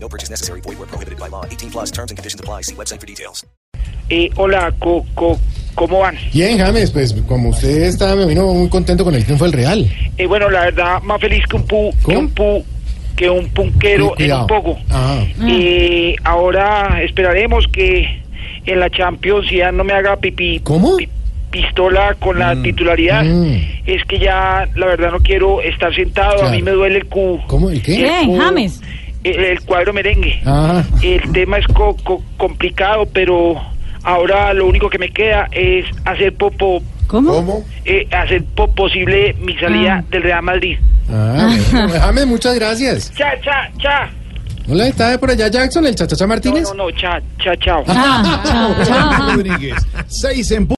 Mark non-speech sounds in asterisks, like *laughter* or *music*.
No purchase necessary. Void where prohibited by law. 18 plus terms and conditions apply. See website for details. Eh, hola, co- co- ¿cómo van? Bien, James, pues como usted está, me vino muy contento con el triunfo del Real. Eh, bueno, la verdad, más feliz que un pu, que ¿Cómo? un pu, que un punquero en Cuidado. un poco. Ah, Eh, ahora esperaremos que en la Champions ya no me haga pipi. ¿Cómo? pi- pistola con la titularidad. Mm. Es que ya, la verdad, no quiero estar sentado. A mí Claro. me duele el cu. ¿Cómo? ¿El qué? el cu- El, el cuadro merengue. Ah, El tema es co- co- complicado, pero ahora lo único que me queda es hacer popo ¿cómo? eh, hacer po- posible mi salida del Real Madrid. Ah, bueno, James, muchas gracias. Cha, cha, cha. Hola, ¿está por allá Jackson, el chachacha No, Martínez? *laughs* no, no, cha, cha, chao. Ah, Rodríguez, seis en punto.